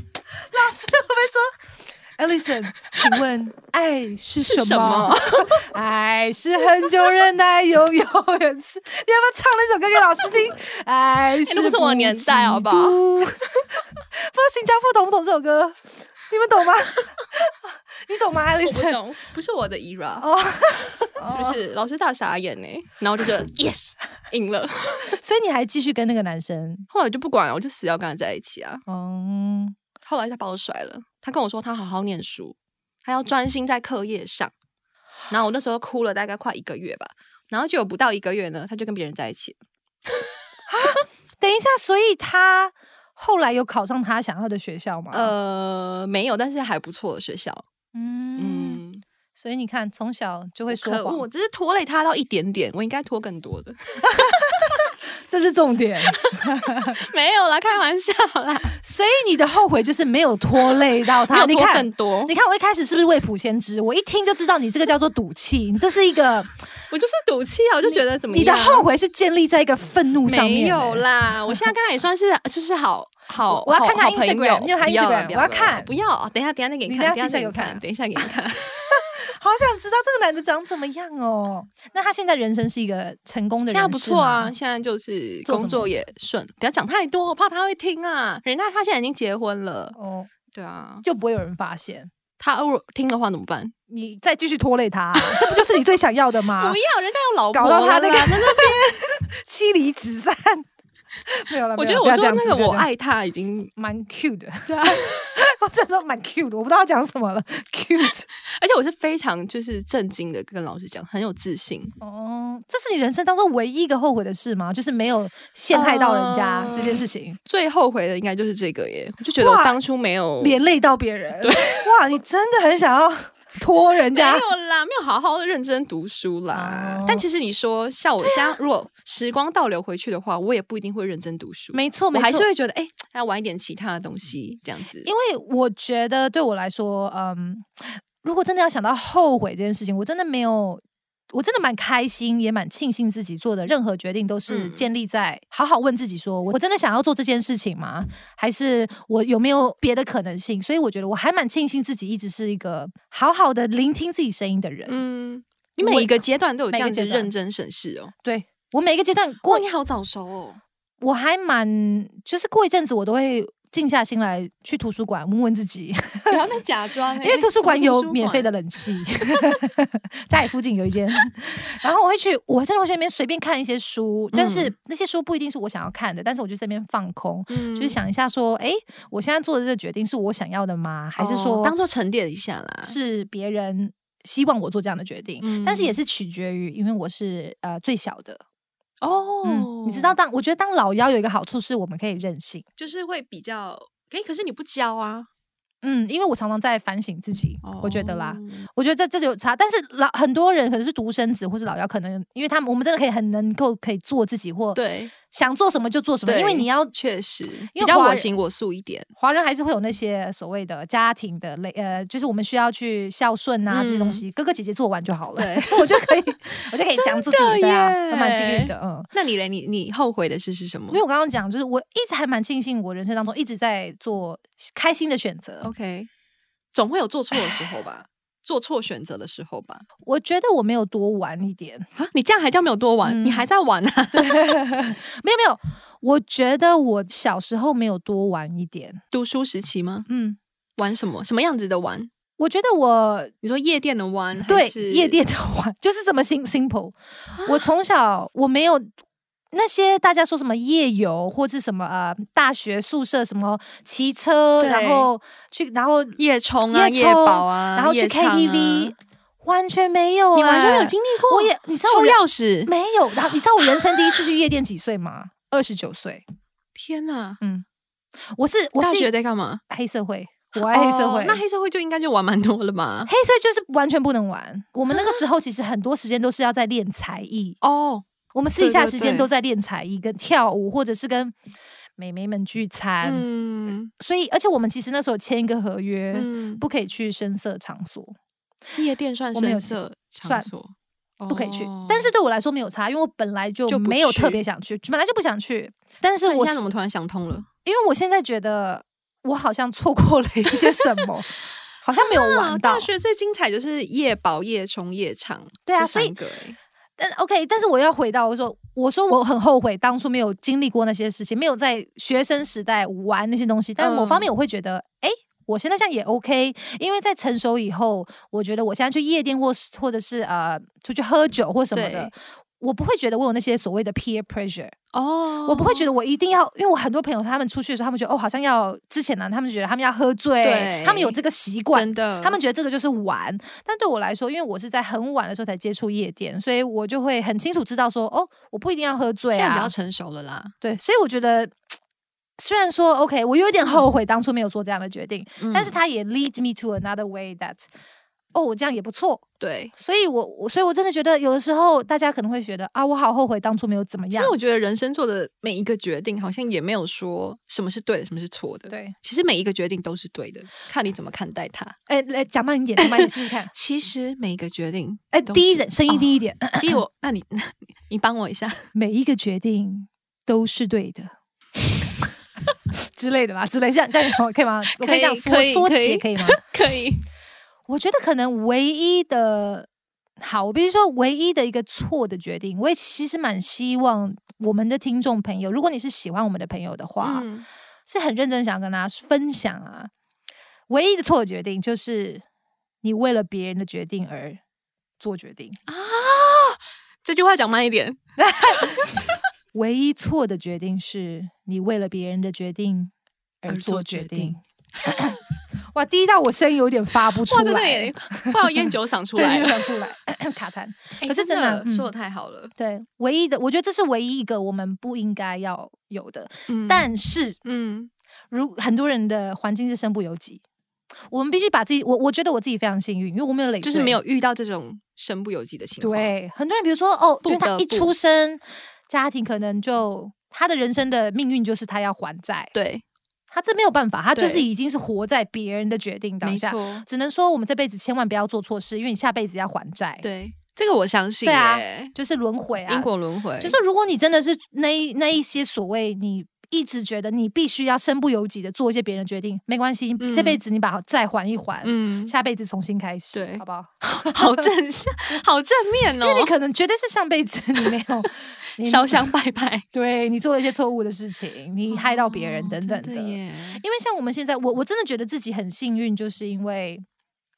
S2: 会不会说？Alison，请 哎问爱是什么？
S1: 什么
S2: 爱是很久忍耐，又有恩赐。你要不要唱那首歌给老师 听？爱是、
S1: 哎那不是我年代好不好
S2: 不知道新加坡懂不懂这首歌？你们懂吗？ 你懂吗
S1: 我不
S2: ，Alison？
S1: 懂， 哦不是我的 era，、
S2: 哦，
S1: 是不是？老师大傻眼呢、然后就觉得 yes 赢了，
S2: 所以你还继续跟那个男生？
S1: 后来我就不管了，我就死要跟他在一起啊。
S2: 嗯，
S1: 后来他把我甩了，他跟我说他好好念书，他
S2: 嗯
S1: 要专心在课业上。然后我那时候哭了大概快一个月吧，然后就有不到一个月呢，他就跟别人在一起了。
S2: 等一下，所以他后来有考上他想要的学校吗？
S1: 呃，没有，但是还不错的学校。
S2: 嗯，
S1: 嗯，
S2: 所以你看，从小就会说
S1: 可恶，
S2: 谎
S1: 我。只是拖累他到一点点，我应该拖更多的。
S2: 这是重点。
S1: 没有啦，开玩笑 啦，
S2: 所以你的后悔就是没有拖累到
S1: 没
S2: 他。
S1: 有
S2: 你
S1: 多
S2: 看，
S1: 更多，
S2: 你看我一开始是不是未卜先知？我一听就知道你这个叫做赌气，你这是一个
S1: 我就是赌气啊，我就觉得怎么
S2: 你的
S1: 样
S2: 后悔是建立在一个愤怒上面、
S1: 没有
S2: 欸
S1: 啦，我现在跟他也算是呃就是好好，
S2: 我要看他
S1: 好好朋友
S2: Instagram，你有他
S1: 不要啦
S2: Instagram，
S1: 不啦
S2: 我要看
S1: 不要，等一下等一下给你
S2: 你
S1: 看，
S2: 等一下
S1: 给你
S2: 自己再给我看
S1: 等一下给你看，
S2: 好想知道这个男的长怎么样哦。那他现在人生是一个成功的
S1: 现
S2: 人，
S1: 在不错啊，。现在就是
S2: 做
S1: 工
S2: 什么
S1: 作也顺，不要讲太多，我怕他会听啊，人家他现在已经结婚了，
S2: 哦，
S1: 对啊，
S2: 就不会有人发现。
S1: 他如果听的话怎么办？
S2: 你再继续拖累他啊、这不就是你最想要的 吗
S1: 不？要，人家有老婆
S2: 搞到他
S1: 了
S2: 那个
S1: 啦那个，
S2: 妻离子散， 没有了。
S1: 我
S2: 没
S1: 觉
S2: 有
S1: 得
S2: 了
S1: 我
S2: 不要
S1: 说
S2: 这样
S1: 那
S2: 子
S1: 个
S2: 不要
S1: 我
S2: 这样
S1: 爱他已 经，
S2: 蛮 cute 的，
S1: 对啊，
S2: 我真的说蛮 cute 的，我不知道要讲什么了。cute
S1: 而且我是非常就是震惊的跟老师讲，很有自信，
S2: 哦，这是你人生当中唯一一个后悔的事吗？就是没有陷害到人家
S1: 呃
S2: 这件事情，
S1: 最后悔的应该就是这个耶，我就觉得我
S2: 哇
S1: 当初没有
S2: 连累到别人。对，哇，你真的很想要 拖人
S1: 没
S2: 家。
S1: 有啦，没有好好的认真读书啦。
S2: 哦啊
S1: 但其实你说，像我现在如果时光倒流回去的话，我也不一定会认真读书，
S2: 没错，
S1: 我
S2: 没
S1: 还是
S2: 错。
S1: 会觉得，哎、要玩一点其他的东西，这样子。
S2: 因为我觉得对我来说，嗯，如果真的要想到后悔这件事情，我真的没有，我真的蛮开心，也蛮庆幸自己做的任何决定都是
S1: 嗯
S2: 建立在好好问自己说，我真的想要做这件事情吗？还是我有没有别的可能性？所以我觉得我还蛮庆幸自己一直是一个好好的聆听自己声音的人。
S1: 嗯，你每一个阶段都有这样
S2: 每
S1: 子
S2: 个阶段
S1: 认真审视哦。
S2: 对我每一个阶段过
S1: 哇，你好早熟哦。
S2: 我还蛮，就是过一阵子我都会静下心来去图书馆问问自己，
S1: 不要在假装、欸
S2: 因为图书馆有免费
S1: 的。
S2: 的冷气， 家里附近有一间， 然后我会去，我真的会去那边随便看一些书，但是那些书不一定是我想要看的，但是我就在那边放空，
S1: 嗯
S2: 就是想一下说，诶，我现在做的这个决定是我想要的吗？还是
S1: 哦
S2: 说
S1: 当做沉淀一下啦？
S2: 是别人希望我做这样的决定？但是也是取决于，因为我是呃最小的，
S1: 哦、
S2: 嗯，你知道当我觉得当老幺有一个好处是我们可以任性。
S1: 就是会比较，哎、可是你不教啊，
S2: 嗯，因为我常常在反省自己，我觉得啦，
S1: 哦
S2: 我觉得这这就有差。但是老很多人可能是独生子或是老幺，可能因为他们我们真的可以很能够可以做自己或
S1: 对，
S2: 想做什么就做什么，因为
S1: 对
S2: 你要
S1: 确实
S2: 因为
S1: 比较
S2: 华
S1: 我
S2: 人
S1: 行我素一点。
S2: 华人还是会有那些所谓的家庭的类呃，就是我们需要去孝顺啊、这些东
S1: 嗯
S2: 西，哥哥姐姐做完就好了，
S1: 对
S2: 我就可 以我就可以讲自己
S1: 真的
S2: 对啊，还蛮幸
S1: 耶
S2: 运的，嗯。
S1: 那你嘞？你你后悔的事是什么
S2: 因为我刚刚讲，就是我一直还蛮庆幸，我人生当中一直在做开心的选择。
S1: ？OK，总 会有做错的时候吧，做错选择的时候吧。
S2: 我觉得我没有多玩一点，
S1: 啊，你这样还叫没有多玩？
S2: 嗯
S1: 你还在玩啊？
S2: 没有没有，我觉得我小时候没有多玩一点。
S1: 读书时期吗？
S2: 嗯，
S1: 玩什么？什么样子的玩？
S2: 我觉得我
S1: 你说夜店的玩？
S2: 对
S1: 还是啊
S2: 夜店的玩 就是这么 sim simple。我从小我没有。那些大家说什么夜游或是什么呃大学宿舍什么骑车，
S1: 对
S2: 然后去然后、
S1: 夜冲啊，
S2: 夜
S1: 夜
S2: 冲
S1: 保啊，
S2: 然后去
S1: 夜唱啊
S2: KTV，、完全没有、
S1: 你完全没有
S2: 哎
S1: 经历过。
S2: 我也你知道我
S1: 抽
S2: 人
S1: 钥匙？
S2: 没有，然后你知道我人生第一次去夜店几岁吗？二十九岁。
S1: 天哪！
S2: 我是我
S1: 大
S2: 是
S1: 学在干嘛？
S2: 黑社会，我爱黑社会。
S1: 哦那黑社会就应该就玩蛮多了吧？
S2: 黑色就是完全不能玩。我们那
S1: 啊
S2: 个时候其实很多时间都是要在练才艺，
S1: 哦，
S2: 我们私底下
S1: 对对
S2: 时间
S1: 对
S2: 都在练才艺，跟跳舞，或者是跟美眉们聚餐。
S1: 嗯
S2: 所以，而且我们其实那时候签一个合约，
S1: 嗯，
S2: 不可以去声色场所，
S1: 夜店算
S2: 我没有
S1: 深色场
S2: 算
S1: 所，
S2: 不可以去。
S1: 哦
S2: 但是对我来说没有差，因为我本来就
S1: 就不
S2: 没有特
S1: 去
S2: 别想去，本来就不想去。但是哦
S1: 那你
S2: 我
S1: 现在怎么突然想通了？
S2: 因为我现在觉得我好像错过了一些什 么，好像没有玩到。
S1: 啊大学最精彩就是夜保、夜冲、夜唱，
S2: 对啊
S1: 这
S2: 所以
S1: 三个欸
S2: 但 OK，但是我要回到我说，我说我很后悔当初没有经历过那些事情，没有在学生时代玩那些东西。但某
S1: 嗯
S2: 方面我会觉得，哎、我现在这样也 OK，因为在成熟以后，我觉得我现在去夜店或是或者是呃出去喝酒或什么的
S1: 对。
S2: 我不会觉得我有那些所谓的 peer pressure，、
S1: 哦
S2: 我不会觉得我一定要，因为我很多朋友他们出去的时候，他们觉得哦，好像要之前呢、他们觉得他们要喝醉
S1: 对，
S2: 他们有这个习惯，
S1: 真的，
S2: 他们觉得这个就是玩，但对我来说，因为我是在很晚的时候才接触夜店，所以我就会很清楚知道说，哦，我不一定要喝醉
S1: 现在比较
S2: 啊，
S1: 成熟了啦。
S2: 对，所以我觉得。虽然说 OK，我有点后悔当初没有做这样的决定，但是
S1: 嗯
S2: 它也 lead me to another way that 哦，我这样也不错。
S1: 对，
S2: 所以我，我所以，我真的觉得有的时候大家可能会觉得啊，我好后悔当初没有怎么
S1: 其
S2: 样
S1: 实。我觉得人生做的每一个决定，好像也没有说什么是对的，什么是错的。，
S2: 对，
S1: 其实每一个决定都是对的，看你怎么看待它。。
S2: 哎，来讲慢一点，讲慢一点试试看
S1: 其实每一个决定，
S2: 哎，
S1: 都
S2: 低一
S1: 是
S2: 点，声音
S1: 哦
S2: 低一点。
S1: 第一我，那你 你帮我一下，
S2: 每一个决定都是对的。之类的啦，之类这样这样好可 以吗？我可以这样缩
S1: 可以
S2: 缩
S1: 可以
S2: 写 可以吗？
S1: 可以。
S2: 我觉得可能唯一的好，我必须说唯一的一个错的决定，我也其实蛮希望我们的听众朋友，如果你是喜欢我们的朋友的话，
S1: 嗯，
S2: 是很认真想跟大家分享啊。唯一的错的决定就是你为了别人的决定而做决定，
S1: 这句话讲慢一点。
S2: 唯一错的决定是你为了别人的决定而
S1: 而
S2: 做
S1: 做
S2: 决
S1: 决
S2: 定。哇，第一道我声音有点发不出
S1: 哇，
S2: 来，
S1: 真的耶，快要烟酒嗓 出
S2: 对，
S1: 来
S2: 有
S1: 了。
S2: 点出来，卡痰。
S1: 哎
S2: 可是真的嗯
S1: 说的太好了。
S2: 对，唯一的，我觉得这是唯一一个我们不应该要有的。
S1: 嗯
S2: 但是，
S1: 嗯，
S2: 如很多人的环境是身不由己，我们必须把自己，我我觉得我自己非常幸运，因为我没有累，
S1: 就是没。有遇到这种身不由己的情况。，
S2: 对，很多人比如说哦，因为
S1: 不
S2: 他
S1: 得
S2: 一
S1: 不
S2: 出生，家庭可能就他的人生的命运就是他要还债，
S1: 对，
S2: 他这没有办法，他就是
S1: 对
S2: 已经是活在别人的决定当
S1: 没
S2: 下。
S1: 错，
S2: 只能说我们这辈子千万不要做错事，因为你下辈子要还债，
S1: 对，这个我相信
S2: 对啊
S1: 耶。
S2: 就是轮回啊，
S1: 因果轮回，
S2: 就是如果你真的是那一那一些所谓你一直觉得你必须要身不由己的做一些别人的决定，没关系，
S1: 嗯
S2: 这辈子你把债还一还，
S1: 嗯，
S2: 下辈子重新开始，
S1: 对
S2: 好不好？
S1: 好正向，好正面
S2: 因为
S1: 哦
S2: 你，可能绝对是上辈子你没有 你
S1: 烧香拜拜，
S2: 对你做了一些错误的事情，你害到别人
S1: 哦
S2: 等等的。
S1: 真耶，
S2: 因为像我们现在，我我真的觉得自己很幸运，就是因为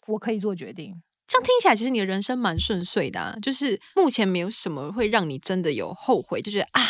S2: 我可以做决定。
S1: 这样听起来，其实你的人生蛮顺遂的、啊，就是目前没有什么会让你真的有后悔，就觉得啊，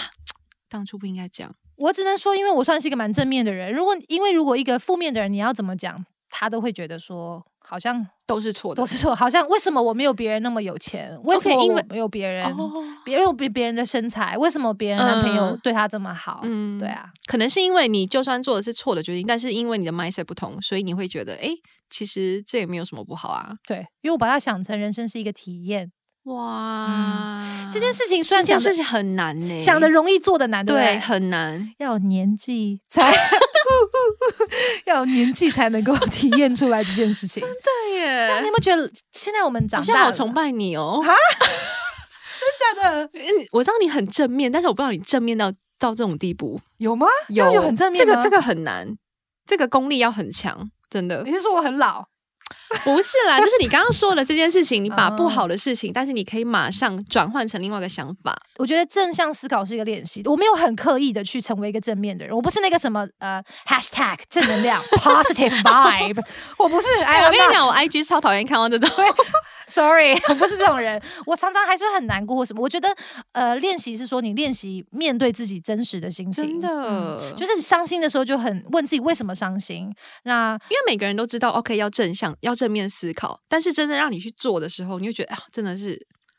S1: 当初不应该这样。
S2: 我只能说，因为我算是一个蛮正面的人。如果因为如果一个负面的人，你要怎么讲，他都会觉得说好像
S1: 都是错的
S2: 都。是说，好像为什么我没有别人那么有钱？为什么
S1: OK，因为哦
S2: 我没有别人，别人有别别人的身材？为什么别人男朋友
S1: 嗯
S2: 对他这么好？
S1: 嗯
S2: 对，啊，
S1: 可能是因为你就算做的是错的决定，但是因为你的 mindset 不同，所以你会觉得，哎，其实这也没有什么不好啊。
S2: 对，因为我把它想成人生是一个体验。
S1: 哇，
S2: 这件事情
S1: 嗯啊这
S2: 虽然
S1: 件
S2: 讲
S1: 事
S2: 的
S1: 情很难呢、
S2: 想的容易，做的难，对不
S1: 对
S2: 对？
S1: 很难。
S2: 要有年纪才， 要有年纪才 能够体验出来这件事情。你
S1: 对耶，
S2: 有没有觉得现在我们长
S1: 我现在
S2: 大
S1: 好
S2: 了，
S1: 崇拜你 哦。
S2: 真假的
S1: 因为我知道你很正面，但是我不知道你正面到到这种地步。
S2: 有吗？这样有很正面
S1: 这个
S2: 吗
S1: 这个很难，这个功力要很强，真的
S2: 你是说我很老？
S1: 不是 啦，就是你刚刚说的这件事情，你把
S2: 哦
S1: 不好的事情，但是你可以马上转换成另外一个想法。
S2: 我觉得正向思考是一个练习，我没有很刻意的去成为一个正面的人，我不是那个什么呃 hashtag 正能 量 positive vibe，我 不是哎，
S1: 我跟你
S2: I'm
S1: 讲，
S2: not-
S1: 我 IG 超讨厌看到这种，
S2: sorry，我不 是这种人，我常常还是会很难过或什么。我觉得呃，练习是说你练习面对自己真实的心情，嗯
S1: 真的，
S2: 就
S1: 嗯就是
S2: 你伤心的时候就很问自己为什么伤心，那
S1: 因为每个人都知道，OK，要正向，要正面思考，但是真的让你去做的时候，你会觉得啊，真的是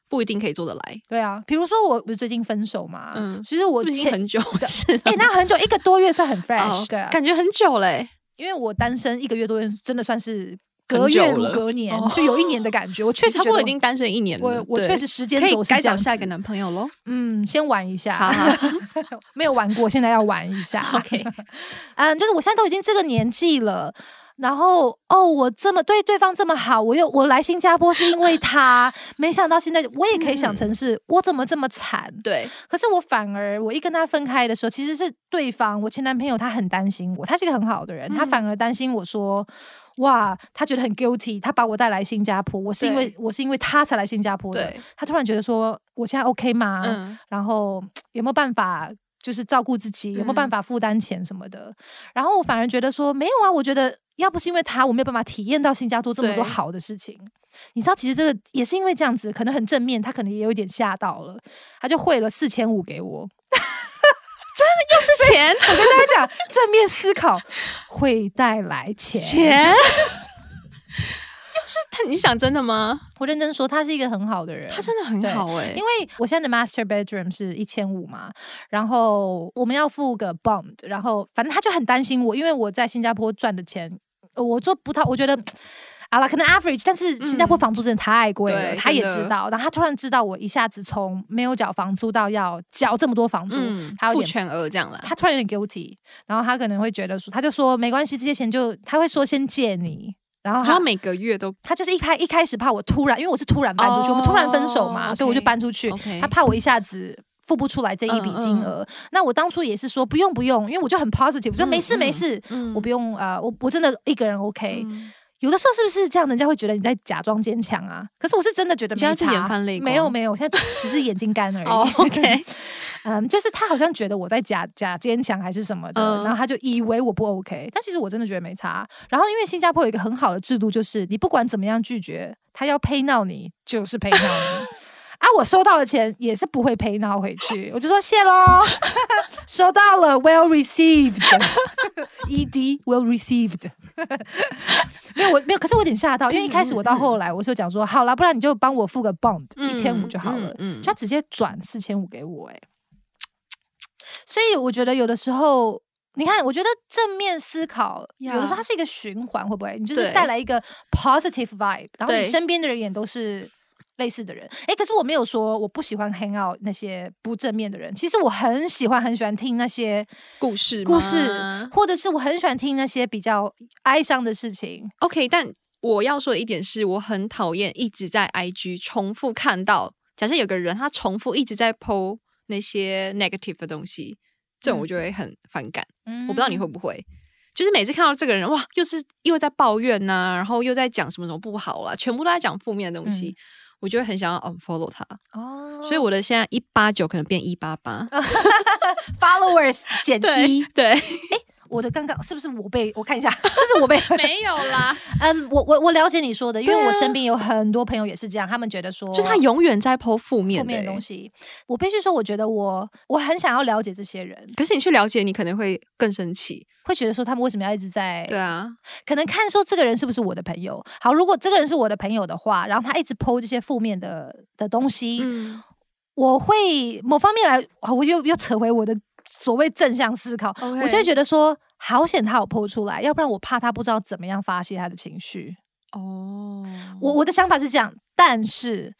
S1: 不一定可以做得来。
S2: 对啊，比如说我不是最近分手嘛，嗯，
S1: 嗯
S2: 其实我
S1: 已经
S2: 前
S1: 很久
S2: 的
S1: 是了
S2: 哎、那很久一个多月算很 fresh，、
S1: 哦
S2: 对啊，
S1: 感觉很久嘞、
S2: 因为我单身一个月多月，真的算是隔
S1: 很久
S2: 月如
S1: 了
S2: 隔年
S1: 哦，
S2: 就有一年的感觉。我确实
S1: 差不
S2: 觉
S1: 多
S2: 得
S1: 已经单身一年了。
S2: 我我
S1: 对
S2: 确实时间
S1: 可以
S2: 轴是
S1: 该
S2: 这样
S1: 找
S2: 子
S1: 下一个男朋友喽。
S2: 嗯，先玩一下，
S1: 好好
S2: 没有玩过，现在要玩一下。
S1: OK
S2: 嗯，就是我现在都已经这个年纪了。然后哦，我这么对对方这么好，我又我来新加坡是因 为他，没想到现在我也可以想成是、我怎么这么惨？
S1: 嗯对，
S2: 可是我反而我一跟他分开的时候，其实是对方我前男朋友他很担心我，他是一个很好的人，他
S1: 嗯
S2: 反而担心我说。哇，他觉得很 guilty，他把我带来新加坡，我是因为我是因为他才来新加坡的
S1: 对。
S2: 他突然觉得说，我现在 OK 吗？
S1: 嗯，
S2: 然后有没有办法就是照顾自己，有没有办
S1: 嗯
S2: 法负担钱什么的？然后我反而觉得说没有啊，我觉得要不是因为他，我没有办法体验到新加坡这么
S1: 对
S2: 多好的事情。你知道，其实这个也是因为这样子，可能很正面，他可能也有一点吓到了，他就汇了四千五给我。
S1: 又是钱，
S2: 我跟大家讲，正面思考会带来 钱。
S1: 钱，又是他？你想真的吗？
S2: 我认真说，他是一个很好的人，
S1: 他真的很
S2: 对
S1: 好哎、
S2: 因为我现在的 master bedroom 是一千五嘛，然后我们要付个 bond，然后反正他就很担心我，因为我在新加坡赚的钱，呃我做不到，我觉得。好了，可能 average，但是新加坡
S1: 嗯
S2: 房租真的太贵了，
S1: 对
S2: 他也
S1: 真的
S2: 知道。然后他突然知道我一下子从没有缴房租到要缴这么多房租，
S1: 嗯，
S2: 他有
S1: 付
S2: 点
S1: 全额这样啦。
S2: 他突然有点 guilty，然后他可能会觉得说，他就说没关系，这些钱就他会说先借你，然后
S1: 主要
S2: 他
S1: 每个月都
S2: 他就是一开一开始怕我突然，因为我是突然搬出去，我们突然分手嘛，
S1: 哦
S2: 所以我就
S1: OK
S2: 搬出去，
S1: OK，
S2: 他怕我一下子。付不出来这一笔
S1: 嗯
S2: 金额，那我当初也是说不用不用，因为我就很 positive，我说
S1: 嗯
S2: 没事
S1: 嗯
S2: 没事，
S1: 嗯
S2: 我不用呃，我我真的一个人 OK。
S1: 嗯
S2: 有的时候是不是这样，人家会觉得你在假装坚强啊？可是我是真的觉得
S1: 你现在
S2: 没
S1: 是
S2: 差
S1: 眼泛泪光
S2: 没有没有，我现在只是眼睛干而已。
S1: 哦，OK，
S2: 嗯，就是他好像觉得我在假假坚强还是什么的，
S1: 嗯
S2: 然后他就以为我不 OK，但其实我真的觉得没差。然后因为新加坡有一个很好的制度，就是你不管怎么样拒绝，他要 pay now 你就是 pay now 你。啊，我收到的钱也是不会 pay now 回去，我就说谢喽， 收到了，well received，ed well received。没有，我没有，可是我有点吓到，因为一开
S1: 嗯
S2: 始我到后来我是有讲说，好啦，不然你就帮我付个 bond 一千五就好了，
S1: 嗯
S2: 就他直接转四千五给我、欸，所以我觉得有的时候，你看，我觉得正面思考有的时候
S1: Yeah
S2: 它是一个循环，会不会？你就是
S1: 对
S2: 带来一个 positive vibe，然后你
S1: 对
S2: 身边的人也都是类似的人。诶，可是我没有说我不喜欢 hang out 那些不正面的人，其实我很喜欢很喜欢听那些
S1: 故事
S2: 故事
S1: 吗，
S2: 或者是我很喜欢听那些比较哀伤的事情。
S1: OK，但我要说的一点是，我很讨厌一直在 IG 重复看到，假设有个人他重复一直在 PO 那些 negative 的东西，这种我就会很反感。
S2: 嗯
S1: 我不知道你会不会，就是每次看到这个人哇，又是又在抱怨呐、然后又在讲什么什么不好啦，全部都在讲负面的东西。我就会很想要 unfollow 他，
S2: 嗯哦，
S1: 所以我的现在一八九可能变一八八，
S2: followers 减一
S1: 对， 对，
S2: 我的刚刚是不是我被我看一下，是不是我被
S1: 没有啦，
S2: 嗯，我我我了解你说的，因为
S1: 对啊
S2: 我身边有很多朋友也是这样，他们觉得说，
S1: 就他永远在 PO 负面
S2: 负
S1: 的
S2: 面的
S1: 欸
S2: 东西，我必须说，我觉得我我很想要了解这些人，
S1: 可是你去了解，你可能会更生气。
S2: 会觉得说他们为什么要一直在，
S1: 对啊，
S2: 可能看说这个人是不是我的朋友。好，如果这个人是我的朋友的话，然后他一直剖这些负面的的东西，
S1: 嗯
S2: 我会某方面来，啊我又又扯回我的所谓正向思考
S1: OK
S2: 我就会觉得说，好险他有剖出来，要不然我怕他不知道怎么样发泄他的情绪。
S1: 哦，
S2: 我我的想法是这样，但是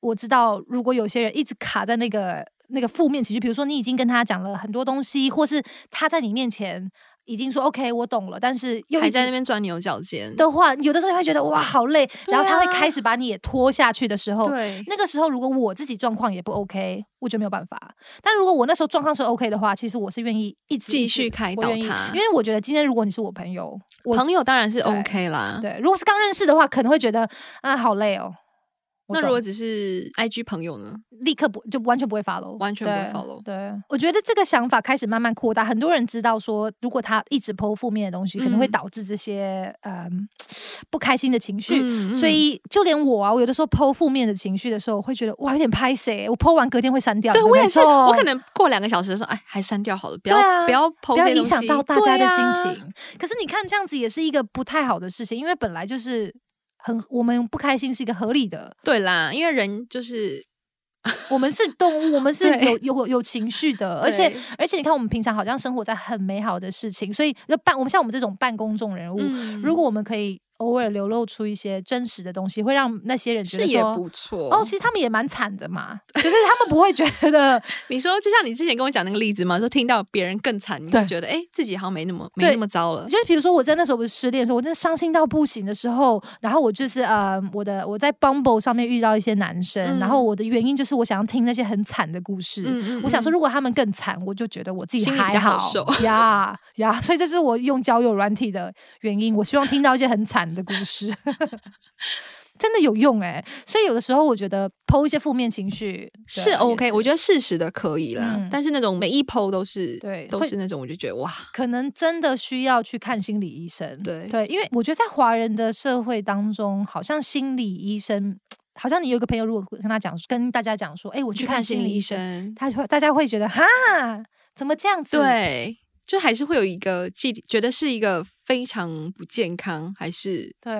S2: 我知道，如果有些人一直卡在那个那个负面情绪，比如说你已经跟他讲了很多东西，或是他在你面前已经说 OK 我懂了，但是又
S1: 还
S2: 一
S1: 在那
S2: 直
S1: 边钻牛角尖。
S2: 的话，有的时候你会觉得哇好累，
S1: 对
S2: 然后他会
S1: 啊
S2: 开始把你也拖下去的时候。
S1: 对，
S2: 那个时候，如果我自己状况也不 OK，我就没有办法。但如果我那时候状况是 OK 的话，其实我是愿意一直
S1: 继
S2: 一直
S1: 续开
S2: 我
S1: 导
S2: 愿意
S1: 他
S2: 因为我觉得今天如果你是我朋友，我
S1: 朋友当然是
S2: 对
S1: OK 啦。
S2: 对，如果是刚认识的话，可能会觉得啊好累哦。我
S1: 那如
S2: 懂
S1: 果只是 IG 朋友呢？
S2: 立刻不就完全不会 follow，
S1: 完全不会
S2: 对
S1: follow
S2: 对，我觉得这个想法开始慢慢扩大，很多人知道说，如果他一直剖负面的东西，可能会
S1: 嗯
S2: 导致这些嗯 不开心的情绪。
S1: 嗯
S2: 所以，就连我啊，我有的时候剖负面的情绪的时候，我会觉得哇，有点拍谁，我剖完隔天会删掉。
S1: 对
S2: 的
S1: 我
S2: 那
S1: 也是，
S2: 种
S1: 我可能过两个小时的时候，哎，还删掉好了，不要、
S2: 对啊
S1: 不要 PO
S2: 不要
S1: 这些
S2: 影
S1: 东
S2: 响
S1: 西
S2: 到大家的
S1: 对
S2: 心。
S1: 啊
S2: 情。可是你看，这样子也是一个不太好的事情，因为本来就是很我们不开心是一个合理的，
S1: 对啦，因为人就是
S2: 我们是动物，我们是
S1: 对
S2: 有有有情绪的，而且
S1: 对
S2: 而且你看，我们平常好像生活在很美好的事情，所以就办我们像我们这种半公众人物，
S1: 嗯
S2: 如果我们可以偶尔流露出一些真实的东西，会让那些人觉
S1: 是
S2: 得
S1: 也
S2: 说。
S1: 不错
S2: 哦，其实他们也蛮惨 的嘛，就是他们不会觉得
S1: 你说，就像你之前跟我讲那个例子嘛，说听到别人更惨，你
S2: 对
S1: 会觉得哎，自己好像没那么没
S2: 对
S1: 那么糟了。
S2: 就是比如说我在那时候不是失恋的时候，我真的伤心到不行的时候，然后我就是呃，我的我在 Bumble 上面遇到一些男生，
S1: 嗯
S2: 然后我的原因就是我想要听那些很惨的故事，
S1: 嗯
S2: 我想说，如果他们更惨，我就觉得我自己
S1: 心里比
S2: 还
S1: 较好
S2: 好
S1: 受
S2: 呀呀，所以这是我用交友软体的原因。我希望听到一些很惨的故事， 真的有用哎、所以有的时候我觉得剖一些负面情绪
S1: 是 OK，我觉
S2: 得
S1: 得适时的可以啦，
S2: 啊嗯
S1: 但是那种每一 PO 都是
S2: 对
S1: 都
S2: 会
S1: 是那种，我就觉得哇，
S2: 可能真的需要去看心理医生。
S1: 对
S2: 对，因为我觉得在华人的社会当中，好像心理医生，好像你有一个朋友，如果跟他讲，跟大家讲说，哎、我
S1: 我
S2: 去看心理医生，
S1: 生，
S2: 他就会大家会觉得哈，怎么这样子？。
S1: 对，就还是会有一个既觉得是一个非常不健康，还是
S2: 对，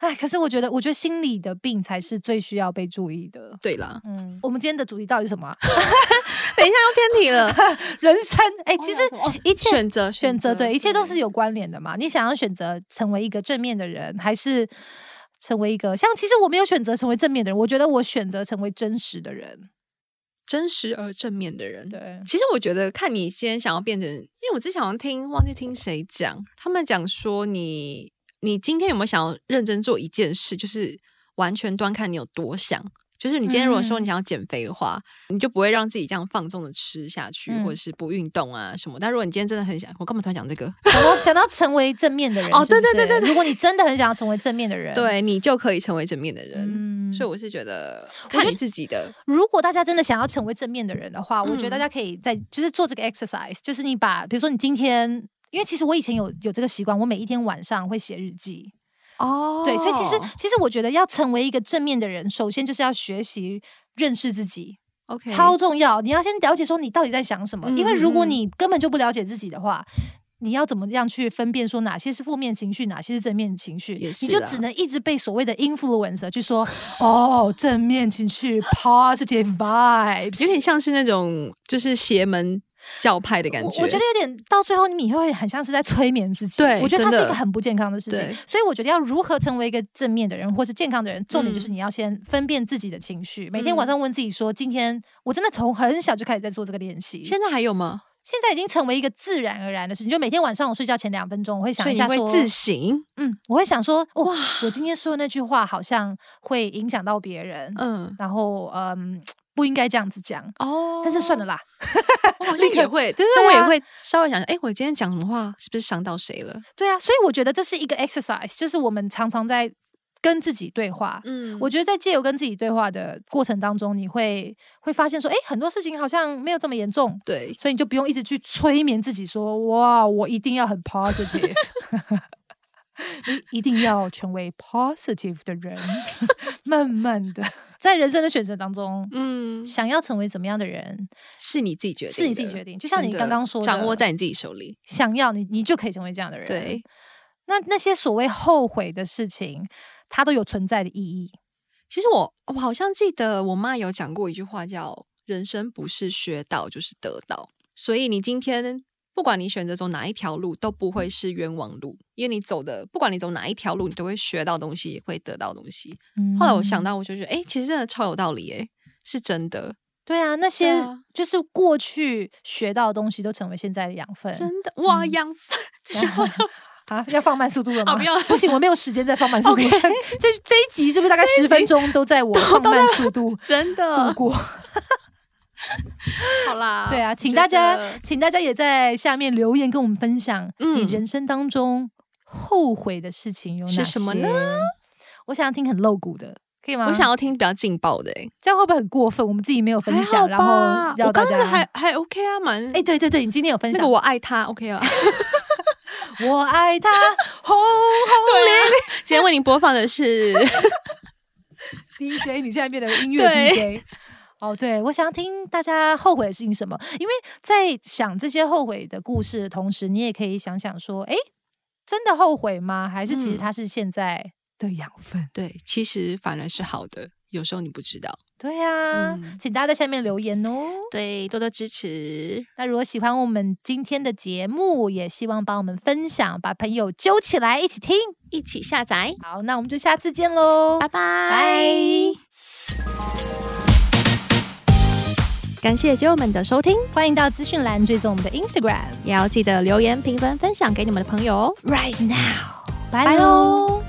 S2: 哎，可是我觉得，我觉得心理的病才是最需要被注意的。
S1: 对 啦，
S2: 嗯，我们今天的主题到底是什么啊？
S1: 等一下又偏题了。
S2: 人生，哎、其实
S1: 哦
S2: 一切
S1: 选择
S2: 选择对，一切都是有关联的嘛。你想要选择成为一个正面的人，还是成为一个像？其实我没有选择成为正面的人，我觉得我选择成为真实的人。
S1: 真实而正面的人。
S2: 对，
S1: 其实我觉得，看你先想要变成，因为我之前好像听忘记听谁讲，他们讲说你你今天有没有想要认真做一件事，就是完全端看你有多想。就是你今天如果说
S2: 嗯
S1: 你想要减肥的话，你就不会让自己这样放纵的吃下去，
S2: 嗯
S1: 或者是不运动啊什么。但如果你今天真的很想，我干嘛突然讲这个？
S2: 想到想到成为正面的人
S1: 哦
S2: 是
S1: 对
S2: 不
S1: 对
S2: 是
S1: 对对对
S2: 如果你真的很想要成为正面的人，，
S1: 对你就可以成为正面的人。
S2: 嗯
S1: 所以我是觉得看你自己的，
S2: 如果大家真的想要成为正面的人的话，我觉
S1: 嗯
S2: 得大家可以在就是做这个 exercise，就是你把比如说你今天。因为其实我以前有有这个习惯，我每一天晚上会写日记，
S1: 哦
S2: 对，所以其实其实我觉得要成为一个正面的人，首先就是要学习认识自己，
S1: OK 嗯
S2: 超重要。你要先了解说你到底在想什么，因为如果你根本就不了解自己的话，你要怎么样去分辨说哪些是负面情绪，哪些是正面情绪
S1: 也？
S2: 你
S1: 是
S2: 就
S1: 啦
S2: 只能一直被所谓的 influencer 去说 哦，正面情绪 positive
S1: 有
S2: vibes。
S1: 点像是那种就是邪门教派的感
S2: 我
S1: 觉。
S2: 我觉得有点到最后，你会很像是在催眠自己。
S1: 对
S2: 我觉得它
S1: 真的
S2: 是一个很不健康的事情
S1: 对。嗯
S2: 所以我觉得要如何成为一个正面的人，或是健康的人，重点就是你要先分辨自己的情绪。每天晚上问自己说：今天我真的从很小就开始在做这个练习。
S1: 现在还有吗？
S2: 现在已经成为一个自然而然的事情。就每天晚上我睡觉前两分钟，我会想
S1: 所
S2: 一
S1: 以你
S2: 下
S1: 会
S2: 说，
S1: 自省，
S2: 嗯，我会想说，哇
S1: 哇，
S2: 我今天说的那句话好像会影响到别人，
S1: 嗯，
S2: 然后嗯，不应该这样子讲。
S1: 哦
S2: 但是算了，啦，
S1: 我好像也会，但是
S2: 对
S1: 我也
S2: 啊
S1: 会稍微想，哎，我今天讲什么话，是不是伤到谁了？
S2: 对啊，所以我觉得这是一个 exercise，就是我们常常在跟自己对话。
S1: 嗯
S2: 我觉得在借由跟自己对话的过程当中，你会会发现说，哎，很多事情好像没有这么严重，
S1: 对，
S2: 所以你就不用一直去催眠自己说，哇，我一定要很 positive，你一定要成为 positive 的人， 慢慢的在人生的选择当中。
S1: 嗯，
S2: 想要成为怎么样的人，
S1: 是你自己决定的，
S2: 是你自己决定。就像你
S1: 真的
S2: 刚刚说的，
S1: 掌握在你自己手里。
S2: 想要你，你就可以成为这样的人。
S1: 对，，
S2: 那那些所谓后悔的事情，它都有存在的意义。
S1: 其实我我好像记得我妈有讲过一句话，叫“人生不是学到就是得到”，所以你今天。不管你选择走哪一条路，都不会是冤枉路，因为你走的，不管你走哪一条路，你都会学到东西，也会得到东西。后来我想
S2: 到，
S1: 到，我就觉得，哎、其实真的超有道理、诶是真的，
S2: 对啊，那些
S1: 啊
S2: 就是过去学到的东西，都成为现在的养分。
S1: 真的哇，
S2: 嗯
S1: 养分， 这句话
S2: 啊，要放慢速度了吗？
S1: 嗯哦不要
S2: 不行，我没有时间再放慢速 度。
S1: OK
S2: 这这一集是不是大概十分钟都 在我放慢速度
S1: 真
S2: 度
S1: 的
S2: 过？
S1: 好啦，
S2: 对啊，
S1: 我
S2: 请
S1: 觉
S2: 大家
S1: 得，
S2: 请大家也在下面留言跟我们分享你
S1: 嗯
S2: 人生当中后悔的事情有哪些？
S1: 是什么呢？
S2: 我想要听很露骨的，可以吗？
S1: 我想要听比较劲爆的、欸，
S2: 这样会不会很过分？我们自己没有分
S1: 还好
S2: 享，然后
S1: 吧
S2: 要
S1: 我
S2: 大
S1: 刚刚
S2: 家
S1: 的还还 OK 啊，蛮哎、
S2: 哎，对对对，你今天有分
S1: 那
S2: 享
S1: 个我爱他 OK 啊，
S2: 我爱他红红
S1: 对啊，今天为您播放的是
S2: DJ，你现在变成音
S1: 对
S2: 乐 DJ。哦，对，我想要听大家后悔的事情是什么？因为在想这些后悔的故事的同时，你也可以想想说，哎，真的后悔吗？还是其
S1: 嗯
S2: 实它是现在的养分？
S1: 对，其实反而是好的，有时候你不知道，
S2: 对呀、啊，
S1: 嗯
S2: 请大家在下面留言哦。
S1: 对，多多支持，
S2: 那如果喜欢我们今天的节目，也希望帮我们分享，把朋友揪起来一起听。
S1: 一起下载，
S2: 好，那我们就下次见喽，
S1: 拜拜。
S2: 拜。
S1: 感谢酒友们的收听，
S2: 欢迎到资讯栏追踪我们的 Instagram
S1: 也要记得留言、评分、分享给你们的朋友哦。
S2: right now，拜
S1: 拜
S2: 喽。
S1: 喽。